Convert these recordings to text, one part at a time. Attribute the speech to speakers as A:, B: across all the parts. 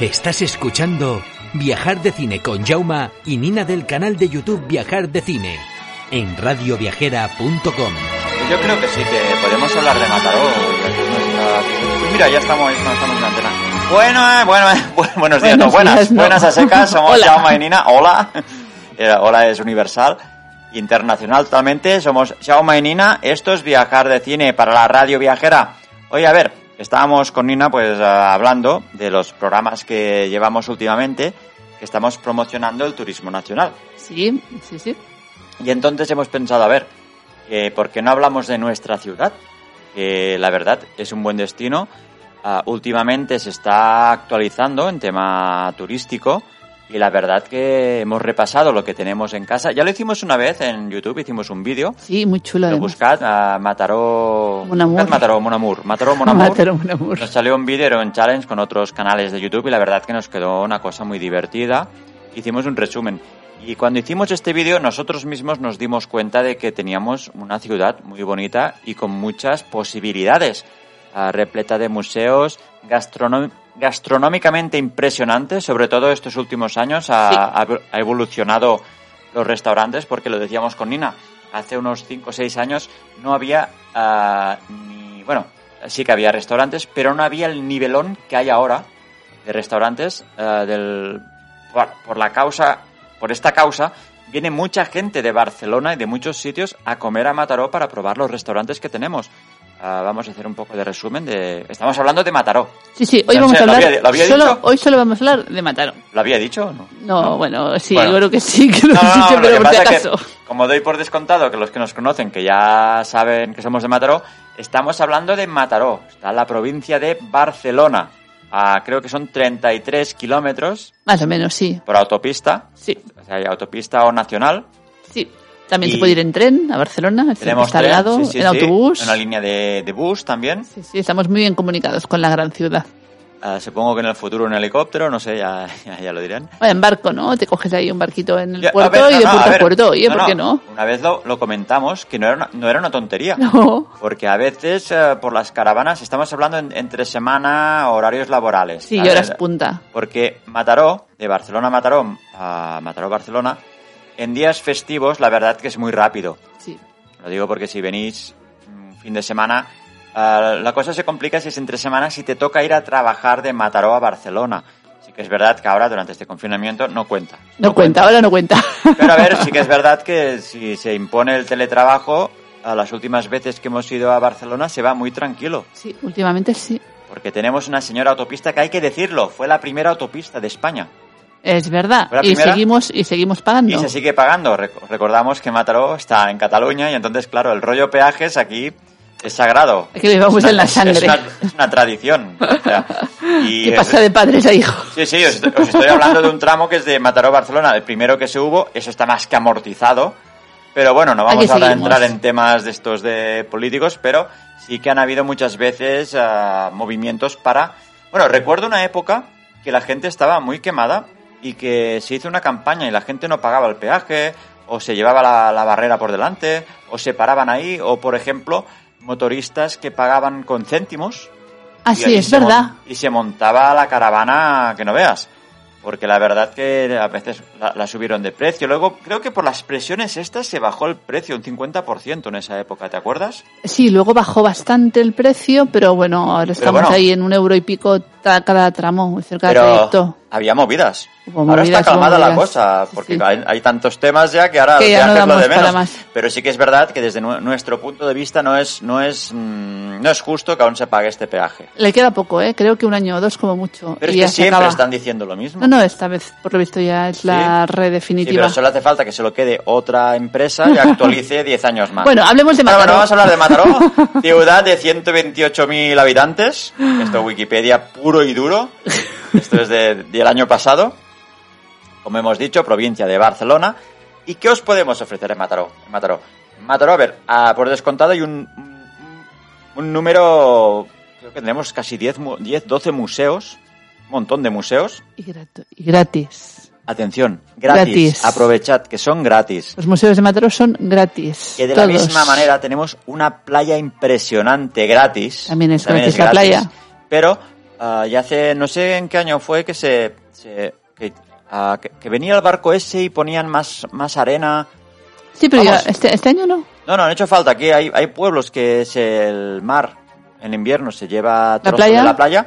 A: Estás escuchando Viajar de Cine con Jauma y Nina del canal de YouTube Viajar de Cine en radioviajera.com.
B: Yo creo que sí, que podemos hablar de Mataró. Pues mira, ya estamos, no estamos en la antena. Bueno, eh, bueno, eh, bu- buenos días,
C: Buenos
B: no, buenas,
C: días, no.
B: buenas a secas, somos
C: Hola.
B: Jaume y Nina, hola. Eh, Hola es universal, internacional totalmente, somos Jaume y Nina, esto es Viajar de Cine para la radio viajera. Oye, a ver, estábamos con Nina pues ah, hablando de los programas que llevamos últimamente, que estamos promocionando el turismo nacional.
C: Sí, sí, sí.
B: Y entonces hemos pensado, a ver, eh, ¿por qué no hablamos de nuestra ciudad? Que la verdad es un buen destino. Ah, últimamente se está actualizando en tema turístico y la verdad que hemos repasado lo que tenemos en casa. Ya lo hicimos una vez en YouTube, hicimos un vídeo.
C: Sí, muy chulo.
B: Lo
C: además.
B: buscad, ah, Mataró...
C: Mon Amour.
B: buscad Mataró Mon Amour. Mataró Mon Amour.
C: Mataró Mon Amour.
B: Nos salió un vídeo en challenge con otros canales de YouTube y la verdad que nos quedó una cosa muy divertida. Hicimos un resumen. Y cuando hicimos este vídeo nosotros mismos nos dimos cuenta de que teníamos una ciudad muy bonita y con muchas posibilidades, ah, repleta de museos, gastrono- gastronómicamente impresionante, sobre todo estos últimos años ha,
C: Sí.
B: ha evo- ha evolucionado los restaurantes porque lo decíamos con Nina, hace unos 5 o 6 años no había ah, ni, bueno, sí que había restaurantes, pero no había el nivelón que hay ahora de restaurantes ah, del, por, por la causa, por esta causa viene mucha gente de Barcelona y de muchos sitios a comer a Mataró para probar los restaurantes que tenemos. Ah, vamos a hacer un poco de resumen de estamos hablando de Mataró.
C: Sí, sí, hoy
B: Ya
C: vamos
B: sé,
C: a
B: lo
C: hablar.
B: había- lo había
C: solo,
B: dicho.
C: Hoy solo vamos a hablar de Mataró.
B: ¿Lo había dicho o no?
C: No, bueno, sí,
B: Bueno.
C: yo creo que sí, creo
B: No,
C: que
B: no,
C: sí,
B: no, lo
C: pero
B: que
C: por si
B: pasa
C: acaso.
B: que, como doy por descontado que los que nos conocen, que ya saben que somos de Mataró, estamos hablando de Mataró, está en la provincia de Barcelona, a creo que son 33 kilómetros
C: Más o menos, sí.
B: por autopista,
C: Sí,
B: o sea, hay autopista o nacional.
C: sí. También
B: Y-
C: se puede ir en tren a Barcelona, está
B: Tenemos
C: al
B: tren,
C: lado,
B: sí, sí,
C: en
B: sí,
C: autobús.
B: Una línea de, de bus también.
C: Sí, sí, estamos muy bien comunicados con la gran ciudad.
B: Ah, supongo que en el futuro un helicóptero, no sé, ya, ya, ya lo dirán.
C: O en barco, ¿no? Te coges ahí un barquito en el
B: Ya, a
C: puerto
B: ver, no,
C: y de
B: no,
C: puerto a,
B: ver,
C: puerto, oye, ¿por qué no?
B: Una vez lo, lo comentamos, que no era una, no era una tontería.
C: No.
B: Porque a veces eh, por las caravanas estamos hablando en- entre semana, horarios laborales.
C: Sí,
B: A
C: y
B: ver,
C: horas punta.
B: Porque Mataró, de Barcelona a Mataró, a Mataró Barcelona, en días festivos la verdad que es muy rápido.
C: Sí.
B: Lo digo porque si venís mm, fin de semana, ah, la cosa se complica si es entre semanas si te toca ir a trabajar de Mataró a Barcelona. Sí que es verdad que ahora durante este confinamiento no cuenta.
C: No, cuenta, ahora no cuenta.
B: Pero a ver, sí que es verdad que si se impone el teletrabajo, a las últimas veces que hemos ido a Barcelona se va muy tranquilo.
C: sí, últimamente sí.
B: Porque tenemos una señora autopista que hay que decirlo, fue la primera autopista de España.
C: Es verdad.
B: ¿Fue la
C: Y
B: primera?
C: seguimos, y seguimos pagando.
B: Y se sigue pagando. Rec- Recordamos que Mataró está en Cataluña y entonces, claro, el rollo peajes aquí es sagrado.
C: Que lo
B: Es
C: llevamos
B: una-
C: en la
B: es-
C: sangre.
B: Es una, es una tradición. o sea, y
C: ¿Qué pasa de padres a hijos?
B: Sí, sí, os, os estoy hablando de un tramo que es de Mataró a Barcelona, el primero que se hubo, eso está más que amortizado. Pero bueno, no vamos
C: Aquí
B: ahora a
C: seguimos.
B: entrar en temas de estos de políticos, pero sí que han habido muchas veces ah, movimientos para... Bueno, recuerdo una época que la gente estaba muy quemada y que se hizo una campaña y la gente no pagaba el peaje, o se llevaba la, la barrera por delante, o se paraban ahí, o por ejemplo, motoristas que pagaban con céntimos
C: Ah,
B: y
C: sí,
B: ahí
C: es
B: se mon-
C: verdad.
B: Y se montaba la caravana que no veas. Porque la verdad que a veces la, la subieron de precio. Luego, creo que por las presiones estas se bajó el precio un 50% en esa época, ¿te acuerdas?
C: Sí, luego bajó bastante el precio, pero bueno, ahora estamos
B: bueno.
C: ahí en un euro y pico tra- cada tramo, es decir, cada
B: Pero
C: trayecto.
B: había movidas.
C: Hubo
B: ahora
C: movidas,
B: está
C: hubo
B: calmada la
C: movidas.
B: cosa,
C: Sí,
B: porque
C: sí.
B: hay, hay tantos temas ya que ahora
C: Que
B: los
C: ya no
B: viajes lo de
C: damos para
B: menos.
C: más.
B: Pero sí que es verdad que desde nu- nuestro punto de vista no es, no es, mm, no es justo que aún se pague este peaje.
C: Le queda poco, ¿eh? Creo que un año o dos como mucho.
B: Pero
C: y
B: es
C: ya
B: que
C: se
B: siempre
C: acaba.
B: están diciendo lo mismo.
C: No, no, esta vez, por lo visto, ya es la
B: Sí.
C: red
B: Sí,
C: definitiva.
B: pero solo hace falta que se lo quede otra empresa y actualice 10 años más.
C: Bueno, hablemos de
B: Ahora, bueno,
C: Mataró.
B: vamos a hablar de Mataró, ciudad de 128.000 habitantes. Esto Wikipedia puro y duro. Esto es de- del año pasado. Como hemos dicho, provincia de Barcelona. ¿Y qué os podemos ofrecer en Mataró? En Mataró, En Mataró, a ver, ah, por descontado hay un, un- un número, creo que tenemos casi 10, mu- 10 12 museos, un montón de museos.
C: Y, gratu- y gratis.
B: Atención, gratis,
C: Gratis.
B: aprovechad que son gratis.
C: Los museos de Mataró son gratis.
B: Que de la
C: todos.
B: misma manera tenemos una playa impresionante gratis.
C: También es gratis la playa.
B: Pero ah, ya hace, no sé en qué año fue que se, se- que, ah, que- que venía el barco ese y ponían más, más arena.
C: Sí, pero ya,
B: Vamos.
C: este, este año no.
B: No, no, han hecho falta. Aquí hay, hay pueblos que es el mar en invierno, se lleva trozos
C: playa?
B: de la playa,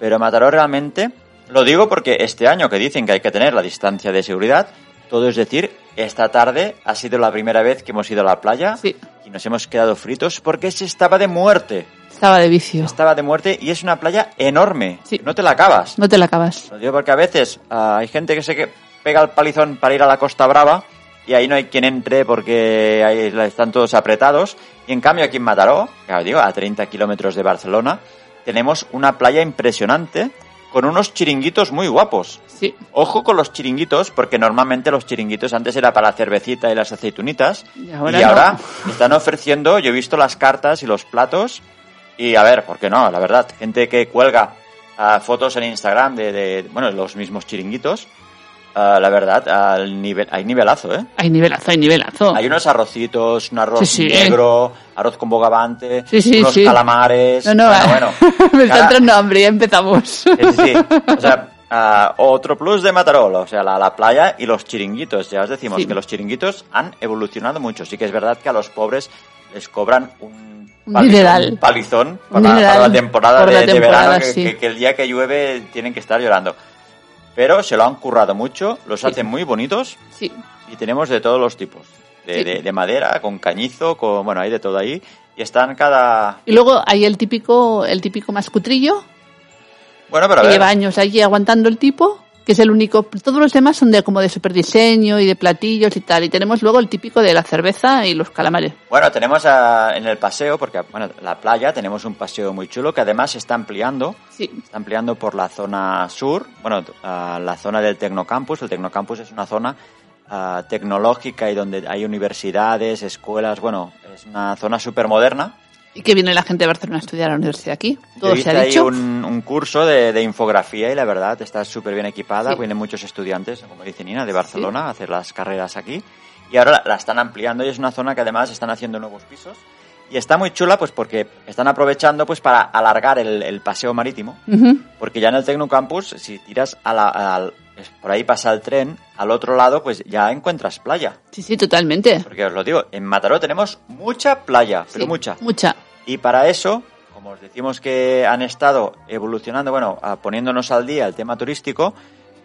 B: pero Mataró realmente, lo digo porque este año que dicen que hay que tener la distancia de seguridad, todo es decir, esta tarde ha sido la primera vez que hemos ido a la playa
C: Sí.
B: y nos hemos quedado fritos porque se estaba de muerte,
C: Estaba de vicio.
B: estaba de muerte y es una playa enorme,
C: Sí.
B: no te la acabas.
C: No te la acabas.
B: Lo digo porque a veces ah, hay gente que se que pega el palizón para ir a la Costa Brava y ahí no hay quien entre porque ahí la- están todos apretados. Y en cambio aquí en Mataró, ya os digo, a 30 kilómetros de Barcelona, tenemos una playa impresionante con unos chiringuitos muy guapos.
C: Sí.
B: Ojo con los chiringuitos, porque normalmente los chiringuitos antes era para la cervecita y las aceitunitas.
C: Y ahora no.
B: ahora están ofreciendo, yo he visto las cartas y los platos. Y a ver, ¿por qué no? La verdad, gente que cuelga ah, fotos en Instagram de, de, bueno, los mismos chiringuitos. ah, la verdad, al nivel, hay nivelazo, ¿eh?
C: Hay nivelazo, hay nivelazo.
B: Hay unos arrocitos, un arroz
C: Oh. Sí, sí, ¿eh?
B: negro, arroz con bogavante,
C: Sí, sí,
B: unos
C: sí.
B: calamares.
C: No, no,
B: bueno, bueno.
C: me está
B: Cada-
C: entrando hambre, ya empezamos.
B: Sí, sí, sí. O sea, ah, otro plus de Matarolo, o sea, la, la playa y los chiringuitos. Ya os decimos
C: Sí.
B: que los chiringuitos han evolucionado mucho. Sí que es verdad que a los pobres les cobran un,
C: Un dineral.
B: palizón para, para
C: Un
B: la
C: dineral
B: temporada,
C: por
B: de,
C: la
B: de
C: temporada,
B: verano, que,
C: sí.
B: que- que el día que llueve tienen que estar llorando. Pero se lo han currado mucho, los
C: Sí.
B: hacen muy bonitos
C: Sí.
B: y tenemos de todos los tipos. De,
C: Sí.
B: de- de madera, con cañizo, con, bueno, hay de todo ahí. Y están cada...
C: Y luego hay el típico, el típico mascutrillo,
B: Bueno, pero a
C: que
B: ver.
C: lleva años allí aguantando el tipo, que es el único. Todos los demás son de como de superdiseño y de platillos y tal. Y tenemos luego el típico de la cerveza y los calamares.
B: Bueno, tenemos ah, en el paseo, porque bueno, la playa tenemos un paseo muy chulo que además se está ampliando,
C: Sí.
B: se está ampliando por la zona sur, bueno, ah, la zona del Tecnocampus. El Tecnocampus es una zona ah, tecnológica y donde hay universidades, escuelas, bueno, es una zona súper moderna.
C: Y que viene la gente de Barcelona a estudiar a la universidad aquí. Todo
B: Yo
C: se
B: hice
C: ha
B: ahí
C: dicho.
B: un, un curso de, de infografía y la verdad está súper bien equipada.
C: Sí.
B: Vienen muchos estudiantes, como dice Nina, de Barcelona a hacer las carreras aquí. Y ahora la, la están ampliando y es una zona que además están haciendo nuevos pisos. Y está muy chula pues porque están aprovechando pues para alargar el, el paseo marítimo.
C: Ujú.
B: Porque ya en el Tecnocampus, si tiras a la- al- es- por ahí pasa el tren, al otro lado pues ya encuentras playa.
C: Sí, sí, totalmente.
B: Porque os lo digo, en Mataró tenemos mucha playa, pero
C: Sí,
B: mucha.
C: Mucha.
B: Y para eso, como os decimos que han estado evolucionando, bueno, a- poniéndonos al día el tema turístico,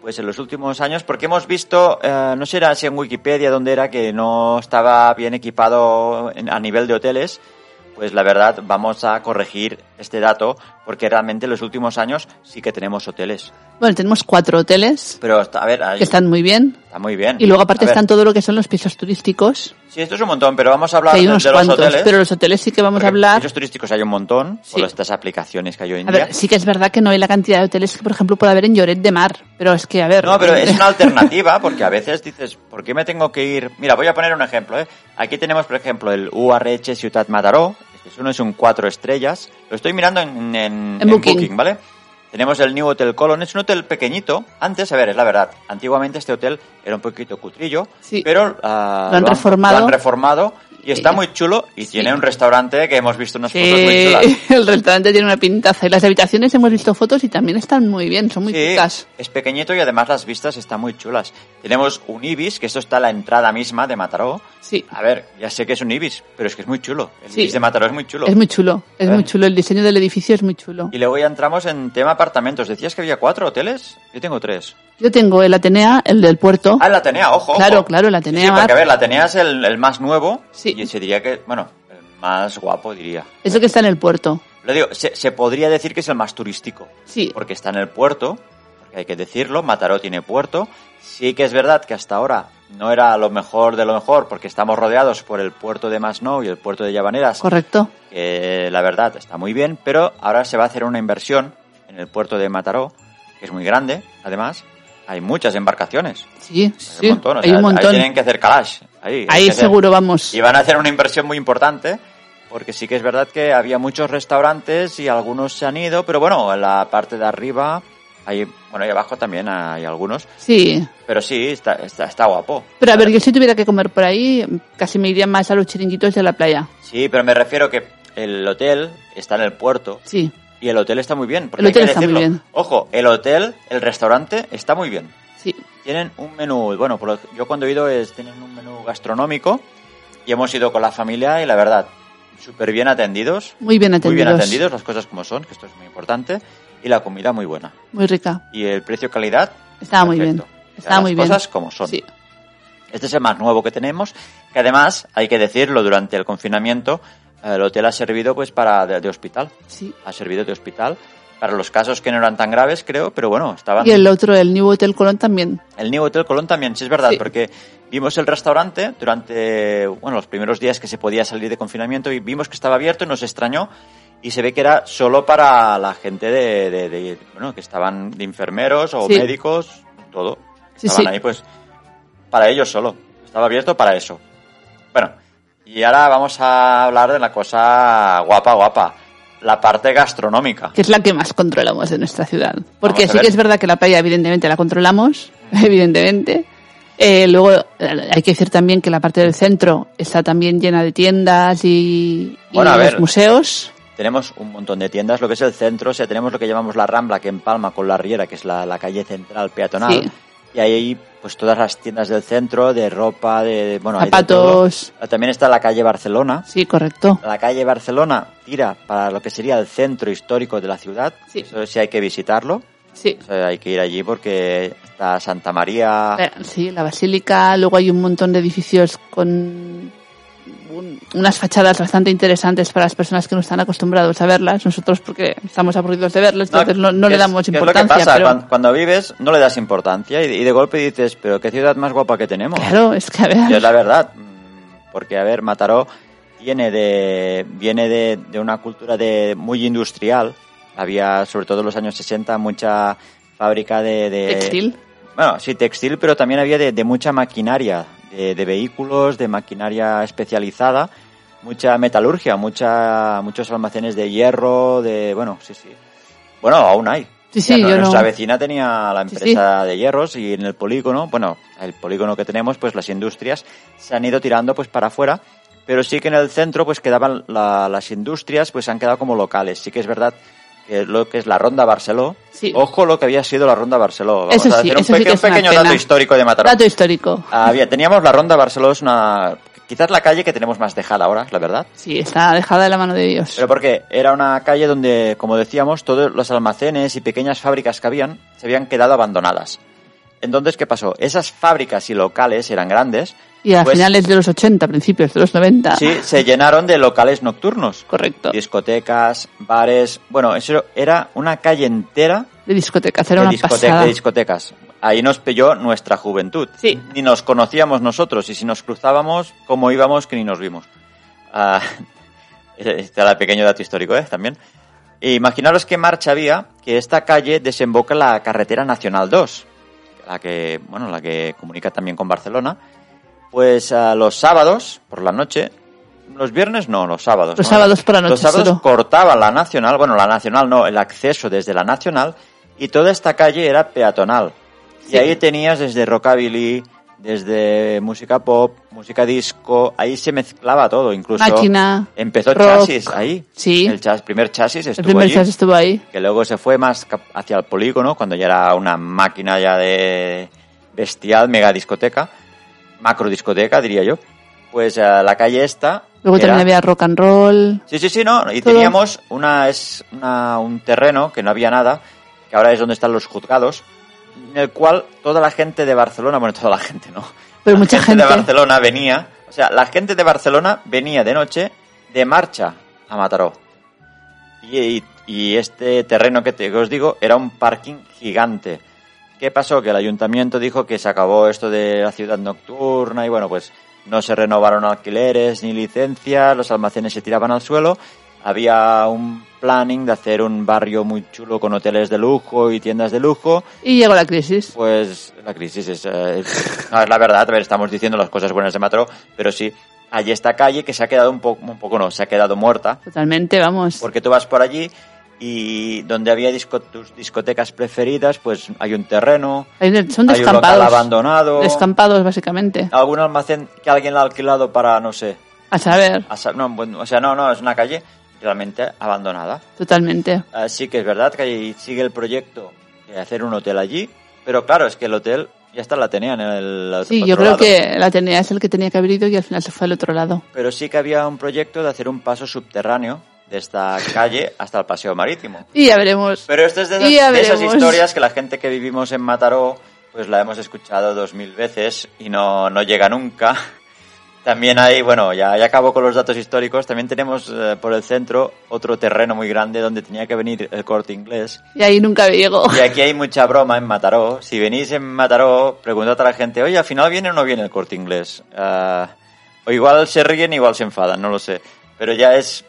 B: pues en los últimos años, porque hemos visto, eh, no sé era si en Wikipedia donde era que no estaba bien equipado en- a nivel de hoteles, pues la verdad vamos a corregir este dato, porque realmente en los últimos años sí que tenemos hoteles.
C: Bueno, tenemos cuatro hoteles
B: Pero, está- a ver, ahí-
C: que están muy bien.
B: está muy bien.
C: Y luego aparte
B: A ver,
C: están todo lo que son los pisos turísticos,
B: Sí, esto es un montón, pero vamos a
C: que
B: hablar
C: hay
B: de,
C: unos
B: de los
C: cuantos,
B: hoteles.
C: pero los hoteles sí que vamos a hablar.
B: Los turísticos hay un montón, por
C: Sí.
B: estas aplicaciones que hay hoy en
C: A
B: día.
C: ver, sí que es verdad que no hay la cantidad de hoteles que, por ejemplo, puede haber en Lloret de Mar, pero es que, a ver...
B: No, pero es una alternativa porque a veces dices, ¿por qué me tengo que ir? Mira, voy a poner un ejemplo. ¿eh? Aquí tenemos, por ejemplo, el URH Ciudad Mataró. Este es uno es un cuatro estrellas. Lo estoy mirando en, en, en
C: Booking.
B: ¿vale? Tenemos el New Hotel Colon. Es un hotel pequeñito. Antes, a ver, es la verdad. Antiguamente este hotel era un poquito cutrillo,
C: Sí.
B: pero ah,
C: Lo han reformado.
B: han reformado Y está muy chulo y tiene un restaurante que hemos visto unas fotos muy
C: Eh,
B: chulas.
C: el restaurante tiene una pintaza y las habitaciones hemos visto fotos y también están muy bien, son muy
B: Sí,
C: chicas.
B: es pequeñito y además las vistas están muy chulas. Tenemos un ibis, que esto está a la entrada misma de Mataró.
C: Sí,
B: A ver, ya sé que es un ibis, pero es que es muy chulo. El
C: Sí.
B: ibis de Mataró es muy chulo. Eh.
C: es muy chulo, es
B: A ver.
C: muy chulo, el diseño del edificio es muy chulo.
B: Y luego ya entramos en tema apartamentos. Decías que había cuatro hoteles. Yo tengo tres.
C: Yo tengo el Atenea, el del puerto.
B: Ah, el Atenea, ojo. ojo.
C: Claro, claro, el Atenea
B: Sí, sí, porque,
C: Mar.
B: a ver, el Atenea es el, el más nuevo.
C: Sí.
B: Y se diría que, bueno, el más guapo, diría.
C: Es el que está en el puerto.
B: Lo digo, se, se podría decir que es el más turístico.
C: Sí.
B: Porque está en el puerto, porque hay que decirlo, Mataró tiene puerto. Sí que es verdad que hasta ahora no era lo mejor de lo mejor, porque estamos rodeados por el puerto de Masnou y el puerto de Llavaneras,
C: Correcto.
B: que la verdad está muy bien, pero ahora se va a hacer una inversión en el puerto de Mataró, que es muy grande, además. Hay muchas embarcaciones.
C: Sí,
B: Hay
C: sí.
B: un montón. o
C: hay
B: sea,
C: un
B: Ahí
C: montón.
B: tienen que hacer calash. Ahí, hay
C: Ahí
B: que hacer-
C: seguro vamos.
B: y van a hacer una inversión muy importante, porque sí que es verdad que había muchos restaurantes y algunos se han ido, pero bueno, en la parte de arriba, hay, bueno, y abajo también hay algunos,
C: Sí.
B: pero sí, está, está, está guapo.
C: Pero a ver, yo si tuviera que comer por ahí, casi me iría más a los chiringuitos de la playa.
B: Sí, pero me refiero que el hotel está en el puerto
C: Sí,
B: y el hotel está muy bien. Porque
C: El
B: hay que
C: hotel está muy
B: decirlo.
C: bien.
B: Ojo, el hotel, el restaurante está muy bien.
C: sí.
B: Tienen un menú, bueno, por lo- yo cuando he ido es, tienen un menú gastronómico y hemos ido con la familia y la verdad, súper bien atendidos.
C: Muy bien
B: Muy
C: atendidos.
B: bien atendidos, las cosas como son, que esto es muy importante. Y la comida muy buena.
C: Muy rica.
B: Y el precio-calidad.
C: Estaba Ah, muy
B: perfecto.
C: bien.
B: O sea,
C: Estaba
B: las
C: muy bien.
B: cosas como son.
C: Sí.
B: Este es el más nuevo que tenemos. Que además, hay que decirlo, durante el confinamiento, eh, el hotel ha servido pues para de, de hospital.
C: Sí.
B: Ha servido de hospital para los casos que no eran tan graves, creo, pero bueno, estaban.
C: Y el otro, el New Hotel Colón también.
B: El New Hotel Colón también, sí es verdad,
C: Sí.
B: porque vimos el restaurante durante bueno, los primeros días que se podía salir de confinamiento y vimos que estaba abierto y nos extrañó y se ve que era solo para la gente de, de- de- bueno, que estaban de enfermeros o
C: Sí.
B: médicos, todo.
C: Sí,
B: Estaban
C: sí.
B: ahí pues para ellos solo. Estaba abierto para eso. Bueno, y ahora vamos a hablar de la cosa guapa, guapa. La parte gastronómica.
C: que es la que más controlamos de nuestra ciudad. Porque
B: Vamos a
C: sí
B: ver.
C: que es verdad que la playa, evidentemente, la controlamos, evidentemente. Eh, luego, eh, hay que decir también que la parte del centro está también llena de tiendas y, y
B: Bueno, a
C: los
B: ver.
C: museos.
B: Tenemos un montón de tiendas, lo que es el centro, o sea, tenemos lo que llamamos la Rambla, que empalma con la Riera, que es la, la calle central peatonal.
C: Sí.
B: Y ahí hay pues todas las tiendas del centro, de ropa, de, de- bueno, hay de
C: Zapatos.
B: todo. Ah, También está la calle Barcelona.
C: Sí, correcto.
B: La calle Barcelona tira para lo que sería el centro histórico de la ciudad.
C: Sí.
B: Eso sí hay que visitarlo.
C: Sí.
B: O sea, hay que ir allí porque está Santa María.
C: Eh, Sí, la basílica. Luego hay un montón de edificios con un- unas fachadas bastante interesantes para las personas que no están acostumbrados a verlas. Nosotros, porque estamos aburridos de verlas, entonces no, no
B: ¿qué
C: le
B: es-
C: damos
B: qué es lo que
C: importancia.
B: pasa?
C: pero-
B: Cuando, cuando vives no le das importancia y, de- y de golpe dices, pero qué ciudad más guapa que tenemos.
C: Claro, es que a ver.
B: Y es la verdad, mm, porque a ver, Mataró tiene de, viene de, de una cultura de muy industrial. Había, sobre todo en los años 60, mucha fábrica de... de-
C: Textil.
B: Bueno, sí, textil, pero también había de, de mucha maquinaria, de, de vehículos, de maquinaria especializada, mucha metalurgia, mucha, muchos almacenes de hierro, de... Bueno, sí, sí. Bueno, aún hay.
C: Sí, sí,
B: Ya,
C: yo no-
B: nuestra vecina tenía la
C: Sí,
B: empresa
C: sí.
B: de hierros y en el polígono, bueno, el polígono que tenemos, pues las industrias se han ido tirando pues para afuera, pero sí que en el centro pues quedaban la- las industrias, pues han quedado como locales. Sí que es verdad que lo que es la Ronda Barceló,
C: Sí.
B: ojo lo que había sido la Ronda Barceló. Vamos
C: Eso
B: a
C: sí,
B: hacer un,
C: eso sí
B: peque-
C: que
B: un
C: es una
B: pequeño
C: pena.
B: dato histórico de Mataró.
C: Dato histórico.
B: Había, teníamos la Ronda Barceló, es una... Quizás la calle que tenemos más dejada ahora, la verdad.
C: Sí, está dejada de la mano de Dios.
B: Pero porque era una calle donde, como decíamos, todos los almacenes y pequeñas fábricas que habían se habían quedado abandonadas. Entonces, ¿qué pasó? Esas fábricas y locales eran grandes.
C: y a
B: pues,
C: finales de los 80, principios de los 90.
B: Sí, se llenaron de locales nocturnos.
C: Correcto.
B: Discotecas, bares. Bueno, eso era una calle entera
C: De discotecas, era
B: de,
C: una
B: discote-
C: pasada.
B: de discotecas. Ahí nos pilló nuestra juventud.
C: Sí.
B: Ni nos conocíamos nosotros y si nos cruzábamos, como íbamos que ni nos vimos. Ah, este era el pequeño dato histórico, ¿eh? También. E imaginaros qué marcha había que esta calle desemboca en la carretera Nacional 2, la que, bueno, la que comunica también con Barcelona. Pues ah, los sábados por la noche, los viernes no, los sábados.
C: Los
B: ¿no?
C: sábados por la noche
B: Los sábados
C: solo.
B: cortaban la Nacional, bueno, la Nacional no, el acceso desde la Nacional y toda esta calle era peatonal. Y
C: Sí.
B: ahí tenías desde rockabilly, desde música pop, música disco, ahí se mezclaba todo, incluso
C: Máquina,
B: empezó
C: rock.
B: chasis ahí.
C: Sí.
B: El chas- primer chasis
C: El
B: estuvo
C: primer
B: allí,
C: jazz estuvo ahí.
B: que luego se fue más cap- hacia el polígono cuando ya era una máquina ya de bestial, mega discoteca, macro discoteca diría yo. Pues eh, la calle esta
C: Luego
B: era-
C: también había rock and roll.
B: Sí, sí, sí, no. Y
C: Todo.
B: teníamos una, es una- un terreno que no había nada, que ahora es donde están los juzgados, en el cual toda la gente de Barcelona, bueno, toda la gente no.
C: Pero
B: la
C: mucha
B: de
C: gente.
B: Barcelona venía, o sea, la gente de Barcelona venía de noche de marcha a Mataró. Y, y- y este terreno que, te- que os digo era un parking gigante. ¿Qué pasó? Que el ayuntamiento dijo que se acabó esto de la ciudad nocturna y bueno, pues no se renovaron alquileres ni licencias, los almacenes se tiraban al suelo. Había un planning de hacer un barrio muy chulo con hoteles de lujo y tiendas de lujo.
C: Y llegó la crisis.
B: Pues la crisis es, eh, es- no, es la verdad, a ver, estamos diciendo las cosas buenas de Mataró, pero sí, hay esta calle que se ha quedado un poco, un poco no, se ha quedado muerta,
C: Totalmente, vamos.
B: porque tú vas por allí y donde había disco- tus discotecas preferidas, pues hay un terreno,
C: Hay de- Son
B: hay un Ah. local
C: descampados.
B: abandonado,
C: Descampados, básicamente.
B: algún almacén que alguien la ha alquilado para, no sé,
C: A saber,
B: a sa- no, bueno, o sea, no, no, es una calle realmente abandonada.
C: totalmente.
B: Ah, sí que es verdad que ahí sigue el proyecto de hacer un hotel allí, pero claro, es que el hotel ya está la tenían en el
C: Sí,
B: otro
C: yo creo
B: lado.
C: que la tenía es el que tenía que haber ido y al final se fue al otro lado.
B: Pero sí que había un proyecto de hacer un paso subterráneo de esta calle hasta el paseo marítimo.
C: Y ya veremos.
B: Pero esto es de,
C: Y ya
B: esas- de esas
C: veremos.
B: historias que la gente que vivimos en Mataró, pues la hemos escuchado dos mil veces y no, no llega nunca. También hay, bueno, ya, ya acabo con los datos históricos, también tenemos eh, por el centro otro terreno muy grande donde tenía que venir el corte inglés.
C: Y ahí nunca llegó.
B: Y aquí hay mucha broma en Mataró. Si venís en Mataró, preguntad a la gente, oye, al final viene o no viene el corte inglés. Ah, o igual se ríen, igual se enfadan, no lo sé. Pero ya es,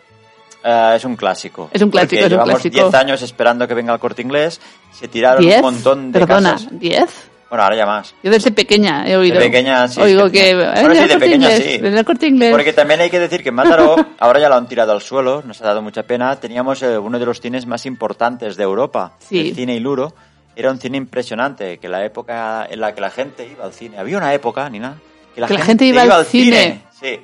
B: ah, es un clásico.
C: Es un clásico,
B: Porque
C: es un
B: llevamos
C: clásico.
B: 10 años esperando que venga el corte inglés. Se tiraron
C: ¿Diez?
B: un montón de
C: Perdona,
B: casas.
C: ¿diez?
B: Bueno, ahora ya más.
C: Yo desde pequeña he oído.
B: De pequeña, sí.
C: Oigo
B: es
C: que.
B: Bueno,
C: "Ah,
B: sí,
C: del
B: de
C: Corte
B: pequeña
C: Inglés,
B: sí.
C: del corte inglés.
B: Porque también hay que decir que en Mataró, ahora ya lo han tirado al suelo, nos ha dado mucha pena. Teníamos eh, uno de los cines más importantes de Europa,
C: Sí.
B: el cine Iluro. Era un cine impresionante, que la época en la que la gente iba al cine. Había una época, Nina,
C: Que la gente iba al cine.
B: Sí.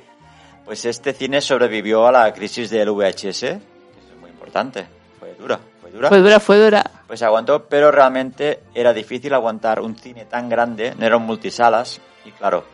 B: Pues este cine sobrevivió a la crisis del VHS, que es muy importante. Fue dura, fue dura.
C: Fue dura, fue dura.
B: Pues aguantó, pero realmente era difícil aguantar un cine tan grande, no eran multisalas, y claro.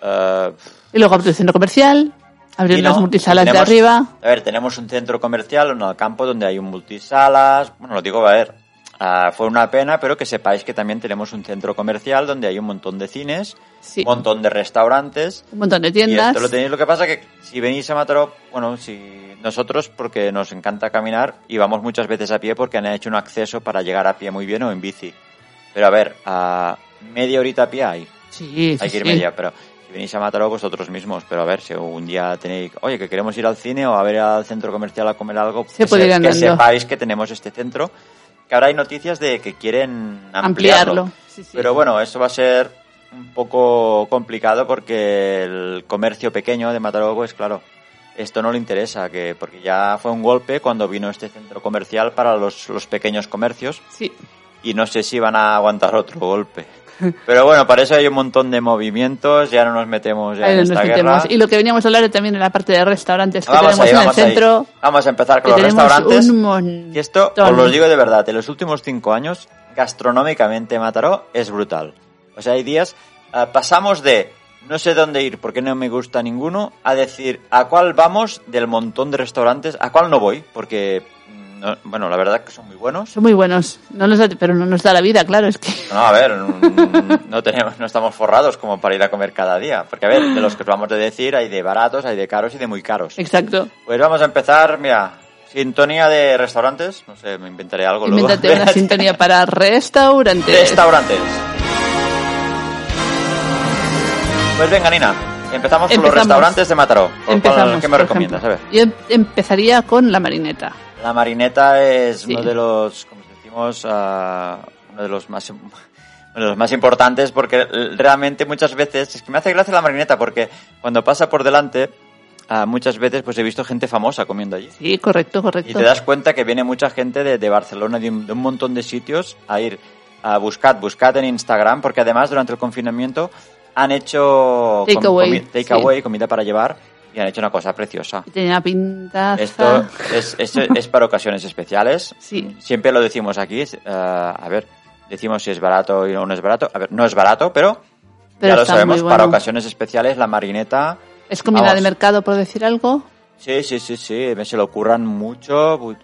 B: eh,
C: Y luego abrió el centro comercial, abrieron
B: y no,
C: las multisalas
B: tenemos-
C: de arriba.
B: A ver, tenemos un centro comercial en el campo donde hay un multisalas. Bueno, lo digo, a ver, ah, fue una pena, pero que sepáis que también tenemos un centro comercial donde hay un montón de cines,
C: Sí.
B: un montón de restaurantes.
C: Un montón de
B: Y
C: tiendas.
B: esto lo tenéis. Lo que pasa que si venís a Mataró, bueno, si nosotros, porque nos encanta caminar y vamos muchas veces a pie porque han hecho un acceso para llegar a pie muy bien o en bici. Pero a ver, a media horita a pie hay.
C: Sí, sí,
B: Hay que ir
C: sí.
B: media, pero si venís a Mataró vosotros mismos, pero a ver, si un día tenéis, oye, que queremos ir al cine o a ver al centro comercial a comer algo,
C: Se
B: que,
C: puede ir
B: que
C: andando.
B: sepáis que tenemos este centro, que ahora hay noticias de que quieren ampliarlo.
C: Ampliarlo. Sí, sí.
B: Pero bueno, eso va a ser un poco complicado porque el comercio pequeño de Mataró, pues claro, esto no le interesa, que porque ya fue un golpe cuando vino este centro comercial para los, los pequeños comercios
C: Sí.
B: y no sé si van a aguantar otro golpe. Pero bueno, para eso hay un montón de movimientos, ya no nos metemos ya
C: Ahí
B: en
C: nos
B: esta
C: metemos.
B: guerra.
C: Y lo que veníamos a hablar también en la parte de restaurantes que
B: ¿ah? Vamos
C: tenemos
B: ahí,
C: en el
B: vamos ahí.
C: centro.
B: Vamos a empezar
C: Que
B: con los
C: tenemos
B: restaurantes.
C: un montón.
B: Y esto, os lo digo de verdad, en los últimos cinco años, gastronómicamente Mataró es brutal. O sea, hay días, ah, pasamos de no sé dónde ir porque no me gusta ninguno, a decir a cuál vamos del montón de restaurantes, a cuál no voy, porque, mm, no- bueno, la verdad que son muy buenos.
C: Son muy buenos. No nos da- pero no nos da la vida, claro. Es que
B: No, a ver, mm, no, tenemos, no estamos forrados como para ir a comer cada día. Porque, a ver, de los que os vamos a decir, hay de baratos, hay de caros y de muy caros.
C: Exacto.
B: Pues vamos a empezar, mira, sintonía de restaurantes. No sé, me inventaré algo
C: Invéntate
B: luego.
C: una sintonía para restaurantes.
B: Restaurantes. Pues venga, Nina, empezamos con los
C: Empezamos.
B: restaurantes de Mataró. ¿Por cuál-
C: Empezamos.
B: ¿Qué me
C: por
B: recomiendas? A ver.
C: ejemplo. Yo em- empezaría con la marineta.
B: La marineta es
C: Sí.
B: uno de los, como decimos, ah, uno de los más uno de los más importantes porque eh, realmente muchas veces es que me hace gracia la marineta porque cuando pasa por delante ah, muchas veces pues he visto gente famosa comiendo allí
C: Sí, correcto, correcto.
B: y te das cuenta que viene mucha gente de, de Barcelona de un, de un montón de sitios a ir a buscar buscad en Instagram porque además durante el confinamiento han hecho
C: Take
B: comi-
C: away,
B: comi- take
C: sí.
B: away, comida para llevar, y han hecho una cosa preciosa.
C: Y Tenía una pintaza.
B: Esto es, esto es para ocasiones especiales.
C: Sí.
B: Siempre lo decimos aquí. eh, a ver, decimos si es barato y no no es barato. A ver, no es barato, pero,
C: Pero
B: ya lo
C: está
B: sabemos.
C: muy bueno.
B: Para ocasiones especiales, la marineta.
C: Es comida
B: Vamos.
C: de mercado, por decir algo.
B: Sí, sí, sí, sí. Se lo curran mucho. bu-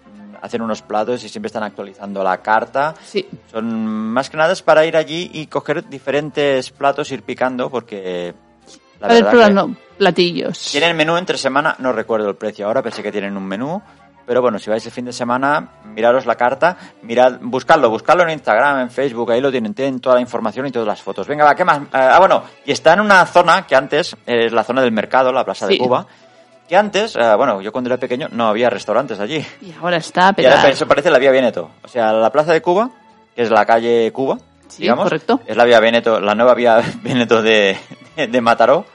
B: Hacen unos platos y siempre están actualizando la carta.
C: Sí.
B: Son más que nada es para ir allí y coger diferentes platos, ir picando, porque. La
C: Para ir
B: verdad que-
C: probando platillos.
B: Tienen menú entre semana, no recuerdo el precio ahora, pensé que tienen un menú. Pero bueno, si vais el fin de semana, miraros la carta, mirad, buscadlo, buscadlo en Instagram, en Facebook, ahí lo tienen, tienen toda la información y todas las fotos. Venga, va, ¿qué más? Eh, ah, bueno, y está en una zona que antes eh, es la zona del mercado, la Plaza de
C: Sí.
B: Cuba, que antes, eh, bueno, yo cuando era pequeño no había restaurantes allí.
C: Y ahora está ah, a
B: Y ahora
C: pegar.
B: eso parece la Vía Veneto. O sea, la Plaza de Cuba, que es la calle Cuba,
C: Sí,
B: digamos,
C: correcto.
B: es la Vía Veneto, la nueva Vía Veneto de, de, Mataró,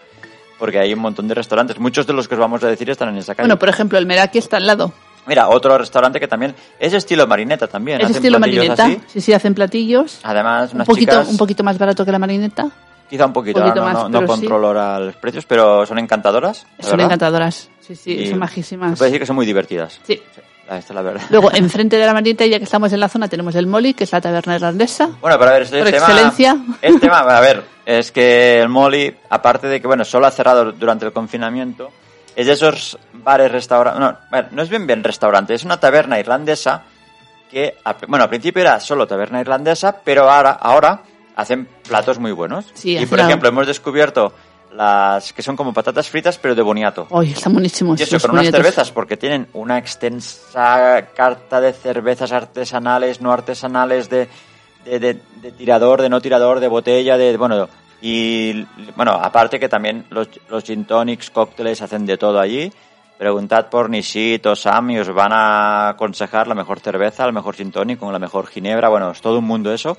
B: porque hay un montón de restaurantes. Muchos de los que os vamos a decir están en esa calle.
C: Bueno, por ejemplo, el Meraki está al lado.
B: Mira, otro restaurante que también es estilo marineta también.
C: Es
B: hacen
C: estilo
B: platillos
C: marineta.
B: así.
C: Sí, sí, hacen platillos.
B: Además,
C: Un
B: unas
C: poquito,
B: chicas,
C: un poquito más barato que la marineta.
B: quizá un poquito, ahora
C: poquito
B: no,
C: más,
B: no- no
C: pero sí.
B: controlo ahora los precios, pero son encantadoras. la
C: Son
B: verdad.
C: encantadoras. Sí, sí,
B: Y
C: son majísimas.
B: Se puede decir que son muy divertidas. Ah,
C: Sí.
B: Esta es la verdad.
C: Luego, enfrente de la marineta, ya que estamos en la zona, tenemos el Molly, que es la taberna irlandesa.
B: Bueno, pero a ver, este
C: Por
B: tema,
C: excelencia.
B: El tema, a ver, es que el Molly, aparte de que, bueno, solo ha cerrado durante el confinamiento, es de esos bares, restaurantes. No, a ver, no es bien bien restaurante, es una taberna irlandesa que, a- bueno, al principio era solo taberna irlandesa, pero ahora, ahora hacen platos muy buenos.
C: Sí,
B: y
C: hacen
B: por
C: algo.
B: ejemplo, hemos descubierto las que son como patatas fritas, pero de boniato.
C: Ay, están buenísimos.
B: Y eso
C: los
B: con unas
C: puñetos.
B: cervezas, porque tienen una extensa carta de cervezas artesanales, no artesanales, de, de, de- de tirador, de no tirador, de botella, de. Bueno, y bueno, aparte que también los, los gin tonics, cócteles, hacen de todo allí. Preguntad por Nisit o Sam y os van a aconsejar la mejor cerveza, el mejor gin tonic, con la mejor ginebra. Bueno, es todo un mundo eso.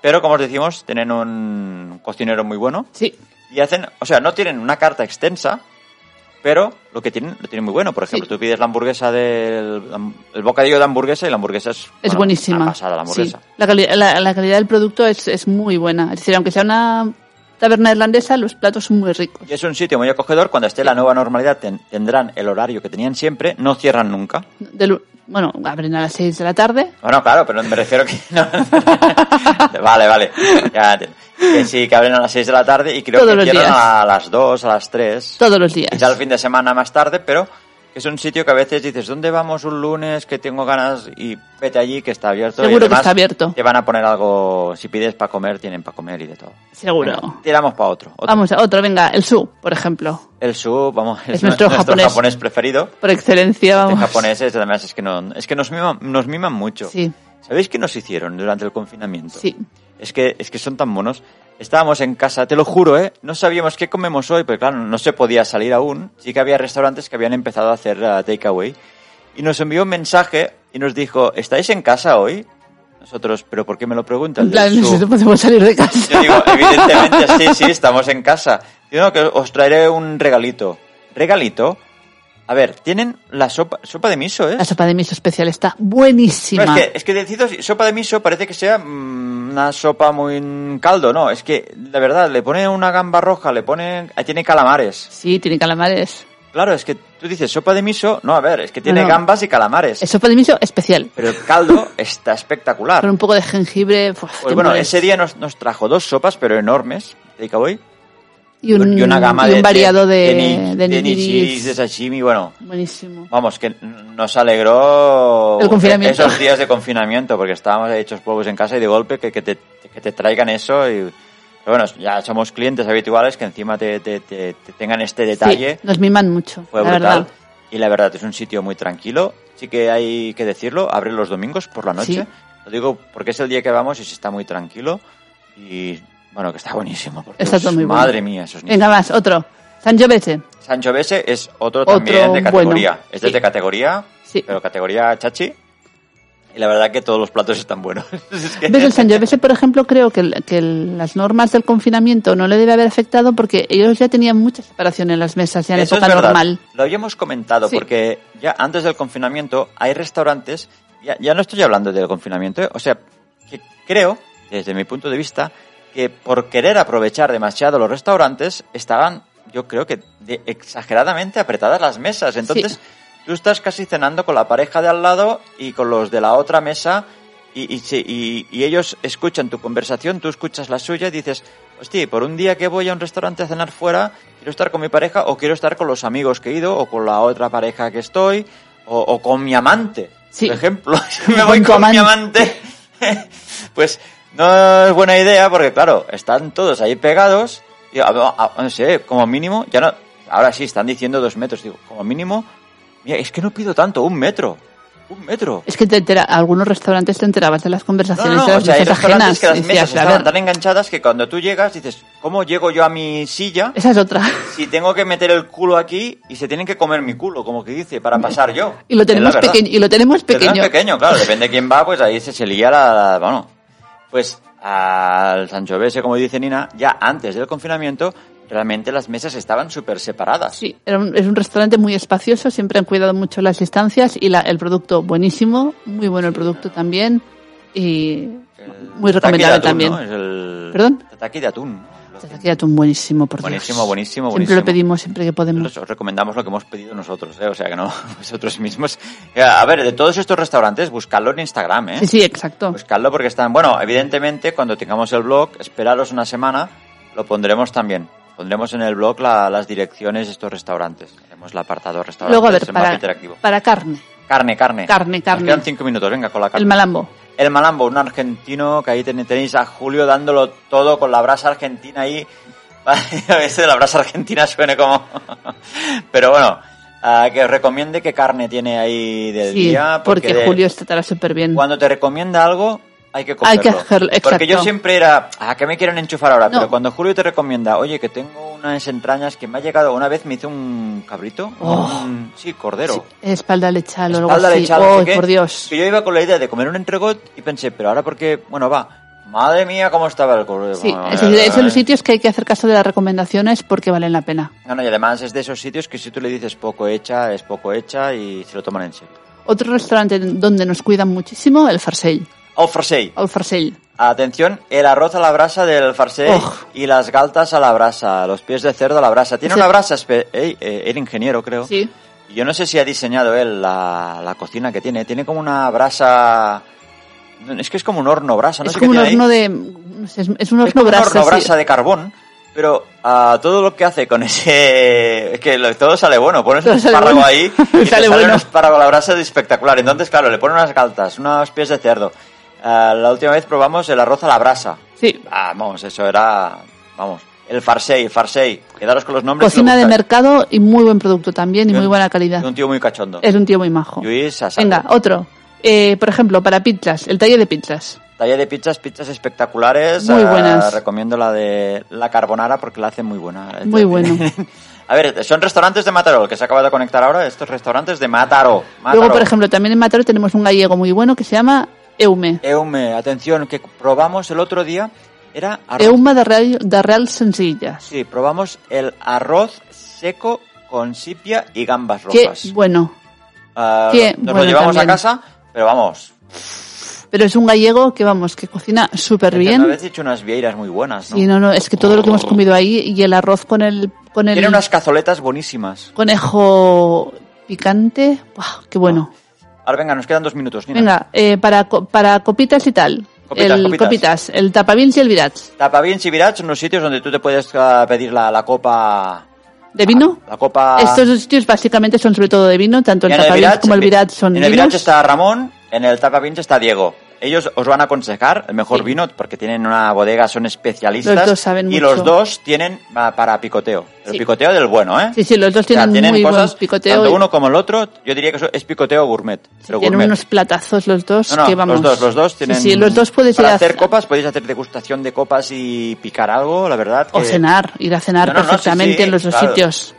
B: Pero como os decimos, tienen un cocinero muy bueno
C: Sí,
B: y hacen, o sea, no tienen una carta extensa, pero lo que tienen lo tienen muy bueno. Por ejemplo,
C: Sí.
B: tú pides la hamburguesa del el bocadillo de hamburguesa y la hamburguesa es
C: es
B: bueno,
C: buenísima.
B: una pasada la
C: Sí.
B: hamburguesa.
C: La, cali- la- la calidad del producto es, es muy buena. Es decir, aunque sea una taberna irlandesa, los platos son muy ricos.
B: Y es un sitio muy acogedor. Cuando esté la nueva normalidad ten- tendrán el horario que tenían siempre. No cierran nunca.
C: De lu- bueno, abren a las 6 de la tarde.
B: Bueno, claro, pero me refiero que... no. vale, vale. Ya entiendo. Que sí, que abren a las 6 de la tarde y creo
C: Todos
B: que
C: los
B: cierran
C: días.
B: a las 2, a las 3.
C: Todos los días.
B: quizá el fin de semana más tarde, pero que es un sitio que a veces dices, ¿dónde vamos un lunes que tengo ganas? Y vete allí que está abierto. y
C: Seguro que
B: además
C: está abierto.
B: Te van a poner algo, si pides para comer, tienen para comer y de todo.
C: Seguro.
B: Venga, tiramos para otro. otro.
C: Vamos a otro, venga, el su, por ejemplo.
B: El sub, vamos, es,
C: Es nuestro japonés.
B: preferido.
C: Por excelencia,
B: Los
C: vamos.
B: japoneses, además, es que, no, es que nos, miman, nos miman mucho.
C: Sí,
B: ¿Sabéis qué nos hicieron durante el confinamiento?
C: sí.
B: Es que, es que son tan monos. Estábamos en casa, te lo juro, ¿eh? No sabíamos qué comemos hoy, pero claro, no se podía salir aún. Sí que había restaurantes que habían empezado a hacer eh, takeaway. Y nos envió un mensaje y nos dijo, ¿estáis en casa hoy? Nosotros, ¿pero por qué me lo preguntan?
C: En plan,
B: Yo,
C: nosotros podemos salir de
B: yo
C: casa.
B: digo, evidentemente, sí, sí, estamos en casa. Digo, no, que os traeré un regalito. ¿Regalito? A ver, tienen la sopa, sopa de miso, ¿eh?
C: La sopa de miso especial está
B: No,
C: buenísima.
B: es que, es que decido, sopa de miso parece que sea mm, una sopa muy en caldo, no, es que, de verdad, le ponen una gamba roja, le ponen, ah, tiene calamares.
C: Sí, tiene calamares.
B: Claro, es que tú dices sopa de miso, no, a ver, es que tiene
C: No, no.
B: gambas y calamares.
C: Es sopa de miso especial.
B: Pero el caldo está espectacular.
C: Con un poco de jengibre. ¡fua! te
B: Pues bueno,
C: mueres.
B: ese día nos, nos trajo dos sopas, pero enormes, takeaway,
C: y, un,
B: y una gama
C: y
B: de,
C: un variado de,
B: ni-
C: de
B: de
C: nigiris.
B: nigiris, de sashimi, bueno,
C: Buenísimo.
B: Vamos, que nos alegró
C: El confinamiento.
B: esos días de confinamiento, porque estábamos hechos polvos en casa y de golpe que, que te, que te traigan eso. Y, pero bueno, ya somos clientes habituales que encima te, te- te- te tengan este detalle.
C: Sí, nos miman mucho,
B: Fue
C: la
B: brutal.
C: verdad.
B: Y la verdad, es un sitio muy tranquilo. Sí que hay que decirlo, abre los domingos por la noche.
C: Sí.
B: Lo digo porque es el día que vamos y se está muy tranquilo. Y bueno, que está buenísimo. por
C: Está
B: Dios,
C: todo muy bueno.
B: madre mía, esos niños.
C: Venga, más, otro. San Giovese.
B: Sancho Bese es otro,
C: Otro
B: también de categoría.
C: bueno.
B: Este es
C: Sí.
B: de categoría,
C: Sí.
B: pero categoría chachi. Y la verdad que todos los platos están buenos. Es que-
C: ¿Ves? El San Giovese, por ejemplo, creo que, el- que el- las normas del confinamiento no le debe haber afectado porque ellos ya tenían mucha separación en las mesas ya en
B: Eso es
C: época
B: verdad.
C: normal.
B: Lo habíamos comentado
C: Sí.
B: porque ya antes del confinamiento hay restaurantes, ya, ya no estoy hablando del confinamiento, ¿eh? o sea, que creo, desde mi punto de vista, que por querer aprovechar demasiado los restaurantes estaban, yo creo que de- exageradamente apretadas las mesas. Entonces, tú estás casi cenando con la pareja de al lado y con los de la otra mesa y, y se- y- y ellos escuchan tu conversación, tú escuchas la suya y dices, hostia, por un día que voy a un restaurante a cenar fuera, quiero estar con mi pareja o quiero estar con los amigos que he ido o con la otra pareja que estoy o, o con mi amante,
C: Sí.
B: por ejemplo. Me voy
C: Con tu
B: con mi amante. pues no es buena idea porque, claro, están todos ahí pegados y, a- a- no sé, como mínimo, ya no... Ahora sí, están diciendo dos metros. Digo, como mínimo, mira, es que no pido tanto, un metro. Un metro.
C: Es que te entera, algunos restaurantes te enterabas de las
B: No, no,
C: conversaciones
B: no,
C: de
B: o
C: las
B: sea, hay
C: mesas
B: restaurantes
C: ajenas.
B: que las
C: Decías,
B: mesas
C: a
B: estaban
C: ver,
B: tan enganchadas que cuando tú llegas dices, ¿cómo llego yo a mi silla
C: esa es otra.
B: si tengo que meter el culo aquí y se tienen que comer mi culo, como que dice, para pasar yo?
C: Y lo
B: Es la
C: tenemos
B: verdad.
C: pequeño. Y lo tenemos
B: Pero no
C: pequeño.
B: es pequeño, claro, depende de quién va, pues ahí se, se lía la, la- Bueno, pues al Sancho Bese, como dice Nina, ya antes del confinamiento, realmente las mesas estaban súper separadas.
C: Sí, era un- es un restaurante muy espacioso, siempre han cuidado mucho las distancias y la- el producto buenísimo, muy bueno el producto también y muy
B: El tataki de
C: recomendable
B: atún,
C: también.
B: ¿no? Es el
C: ¿Perdón?
B: tataki de atún. ¿no?
C: Está aquí atún buenísimo, por
B: Buenísimo,
C: Dios.
B: buenísimo,
C: Siempre
B: buenísimo.
C: lo pedimos, siempre que podemos.
B: Nosotros os recomendamos lo que hemos pedido nosotros, ¿eh? o sea que no vosotros mismos. Eh, A ver, de todos estos restaurantes, buscadlo en Instagram, ¿eh?
C: Sí, sí, exacto.
B: Buscadlo porque están. Bueno, evidentemente, cuando tengamos el blog, esperaros una semana, lo pondremos también. Pondremos en el blog la- las direcciones de estos restaurantes. Haremos el apartado restaurantes.
C: Luego, a ver,
B: el mapa
C: para,
B: interactivo.
C: para carne,
B: Carne, carne.
C: Carne,
B: Nos
C: carne.
B: quedan cinco minutos, venga, con la carne.
C: el malambo.
B: El Malambo, un argentino que ahí ten- tenéis a Julio dándolo todo con la brasa argentina ahí. A veces la brasa argentina suene como... Pero bueno, ah, que os recomiende qué carne tiene ahí del
C: Sí,
B: día. pues,
C: porque,
B: de-
C: Julio este estará súper bien.
B: Cuando te recomienda algo, hay que
C: Hay
B: cogerlo.
C: que hacerlo,
B: Porque
C: exacto.
B: yo siempre era, ah, que me quieren enchufar ahora.
C: No.
B: Pero cuando Julio te recomienda, oye, que tengo unas entrañas que me ha llegado... Una vez me hizo un cabrito.
C: Oh.
B: un- sí, cordero.
C: Espalda lechal o algo
B: Espalda
C: así.
B: lechada,
C: oh,
B: no sé qué.
C: por Dios.
B: Que yo iba con la idea de comer un entregot y pensé, pero ahora porque, bueno, va, madre mía, cómo estaba el cordero.
C: Sí,
B: Bueno,
C: es, decir,
B: eh,
C: es de los sitios que hay que hacer caso de las recomendaciones porque valen la pena.
B: No, no, y además es de esos sitios que si tú le dices poco hecha, es poco hecha y se lo toman en serio.
C: Otro restaurante donde nos cuidan muchísimo, el Farsell.
B: Oh, farsell.
C: El Farsell.
B: Atención, el arroz a la brasa del farsell
C: Oh.
B: y las galtas a la brasa, los pies de cerdo a la brasa. Tiene
C: Ese-
B: una brasa, espe- eh, eh, el ingeniero creo.
C: Sí.
B: Y Yo no sé si ha diseñado él la, la cocina que tiene. Tiene como una brasa... no, Es que es como un horno brasa, no
C: es
B: sé
C: como
B: qué
C: un
B: tiene ahí.
C: horno de. no sé, es- es un
B: Es
C: horno
B: como un
C: brasa.
B: horno
C: sí.
B: brasa de carbón, pero ah, todo lo que hace con ese... es que lo- todo sale bueno, pones
C: Todo
B: un
C: sale
B: espárrago
C: bueno.
B: ahí y te
C: Sale
B: sale
C: bueno.
B: un espárrago a la brasa de espectacular. Entonces, claro, le ponen unas galtas, unos pies de cerdo. Ah, la última vez probamos el arroz a la brasa.
C: Sí.
B: Ah, Vamos, eso era... Vamos, el farsei, farsei. Quedaros con los nombres.
C: Cocina
B: que lo
C: de
B: buscáis.
C: mercado y muy buen producto también y
B: Y un-
C: muy buena calidad.
B: y Un tío muy cachondo.
C: Es un tío muy majo.
B: Luis Sasago.
C: Venga, otro. Eh, por ejemplo, para pizzas, el taller de pizzas.
B: Taller de pizzas, pizzas espectaculares.
C: Muy
B: Ah,
C: buenas.
B: recomiendo la de la carbonara porque la hacen muy buena. Este-
C: Muy bueno.
B: A ver, son restaurantes de Mataró, el que se acaba de conectar ahora, estos restaurantes de Mataró. Mataró.
C: Luego, por ejemplo, también en Mataró tenemos un gallego muy bueno que se llama Eume.
B: Eume, atención, que probamos el otro día, era arroz.
C: Eume de Real, de Real Sencillas.
B: Sí, probamos el arroz seco con sipia y gambas
C: Qué
B: rojas.
C: bueno.
B: Ah,
C: qué
B: nos lo
C: bueno
B: llevamos
C: también.
B: a casa, pero vamos.
C: Pero es un gallego que, vamos, que cocina súper
B: Una
C: bien.
B: vez he hecho unas vieiras muy buenas, ¿no?
C: Y no, no, es que todo lo que hemos comido ahí y el arroz con el, con el
B: Tiene unas cazoletas buenísimas.
C: conejo picante, ¡buah, qué bueno!
B: Ah, Ahora venga, nos quedan dos minutos, Nina.
C: Venga, eh, para, co- para copitas y tal.
B: Copitas,
C: el,
B: copitas.
C: copitas. el tapavins y el virats.
B: Tapabins y Sibirach son los sitios donde tú te puedes ah, pedir la, la copa...
C: ¿De vino?
B: La, copa...
C: Estos dos sitios básicamente son sobre todo de vino, tanto el
B: En el
C: tapavins
B: Virach-
C: como el virats son
B: En el Virach
C: vinos.
B: está Ramón, en el Tapabins está Diego. Ellos os van a aconsejar el mejor
C: Sí.
B: vino porque tienen una bodega, son especialistas.
C: Los dos saben
B: y
C: mucho.
B: los dos tienen ah, para picoteo. El
C: Sí.
B: picoteo del bueno, ¿eh?
C: Sí, sí, los dos
B: O sea,
C: tienen, muy
B: cosas,
C: buen picoteo.
B: Tanto
C: y
B: uno como el otro, yo diría que eso es picoteo gourmet. pero
C: tienen
B: gourmet.
C: unos platazos los dos
B: No, no,
C: que vamos.
B: los dos, los dos
C: Sí,
B: tienen...
C: Sí, los dos puedes ir
B: para
C: a
B: hacer
C: ce-
B: copas, podéis hacer degustación de copas y picar algo, la verdad.
C: o
B: que-
C: cenar, ir a cenar
B: No, no, no, sí,
C: perfectamente
B: sí,
C: en los dos
B: claro.
C: sitios.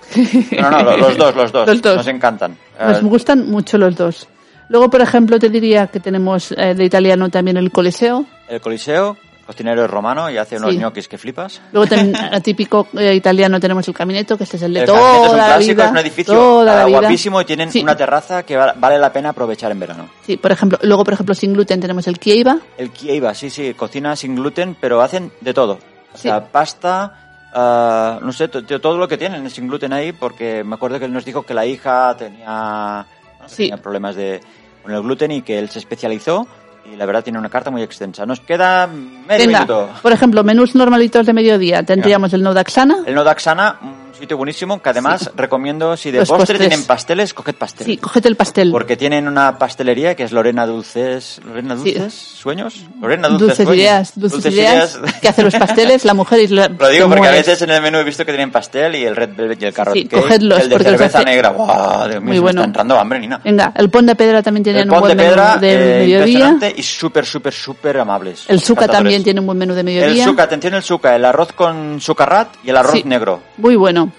B: No, no, lo- los dos, los dos.
C: Los dos. Pues
B: Nos encantan.
C: Nos
B: Eh,
C: gustan mucho los dos. Luego, por ejemplo, te diría que tenemos eh, de italiano también el Coliseo.
B: el Coliseo, cocinero es romano y hace unos
C: Sí.
B: ñoquis que flipas.
C: Luego también, a típico eh, italiano, tenemos el caminetto, que este es el de
B: El
C: toda
B: Caminetto es un
C: la
B: clásico,
C: vida.
B: es un edificio
C: toda la
B: ah,
C: vida.
B: guapísimo y tienen
C: Sí.
B: una terraza que va- vale la pena aprovechar en verano.
C: Sí, por ejemplo, luego, por ejemplo, sin gluten tenemos el kieva,
B: El Kieva, sí, sí, cocina sin gluten, pero hacen de todo. O
C: Sí.
B: sea, pasta, ah, no sé, to- to- todo lo que tienen es sin gluten ahí, porque me acuerdo que él nos dijo que la hija tenía, bueno,
C: Sí.
B: tenía problemas de, con el gluten y que él se especializó y la verdad tiene una carta muy extensa. Nos queda medio
C: Venga,
B: minuto.
C: por ejemplo, menús normalitos de mediodía, tendríamos el Nodaxana.
B: El Nodaxana, un sitio buenísimo que además recomiendo, si de
C: Los
B: postre
C: postres.
B: tienen pasteles, coged pastel.
C: Sí, cógete el pastel.
B: Porque tienen una pastelería que es Lorena Dulces. ¿Lorena
C: Sí.
B: Dulces? ¿Sueños? Lorena Dulces.
C: dulces
B: Sueños.
C: ideas, dulces, ideas, que hace los pasteles, la mujer y la,
B: Lo digo
C: te
B: porque a
C: mueres.
B: veces en el menú he visto que tienen pastel y el red velvet y el carrot
C: Sí,
B: cake.
C: cogedlos,
B: el de
C: porque los
B: cerveza
C: hace-
B: negra. ¡Guau! Dios mío, se
C: Muy
B: me
C: bueno.
B: está entrando hambre, Nina.
C: Venga, el pon de pedra también tiene
B: el
C: un
B: pon de
C: buen
B: pedra,
C: menú de
B: eh,
C: mediodía.
B: impresionante y súper, súper, súper amables.
C: El suca
B: Encantadores.
C: también tiene un buen menú de mediodía.
B: El suca, atención, el suca, el arroz con sucarrat y el arroz
C: Sí.
B: negro.
C: Muy bueno.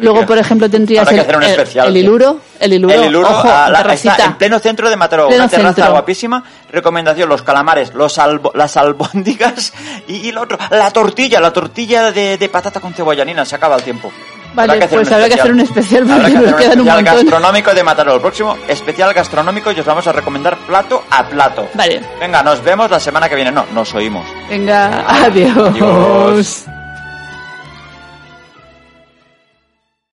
C: Luego, por ejemplo, tendrías
B: Habrá que
C: el,
B: hacer un
C: el-
B: especial,
C: el
B: tío.
C: hiluro, el hiluro,
B: el Iluro
C: ojo,
B: a la-
C: terracita.
B: está en pleno centro de Mataró,
C: Pleno
B: una terraza
C: centro.
B: guapísima. Recomendación: los calamares, los albo- las albóndigas y, y lo otro, la tortilla, la tortilla de, de patata con cebollanina. Se acaba el tiempo.
C: Vale, pues habrá que hacer un especial porque
B: Habrá que
C: nos
B: hacer
C: quedan un
B: especial
C: montón.
B: gastronómico de Mataró. El próximo especial gastronómico y os vamos a recomendar plato a plato.
C: Vale,
B: Venga, nos vemos la semana que viene. No, nos oímos.
C: venga,
B: Adiós.
C: adiós.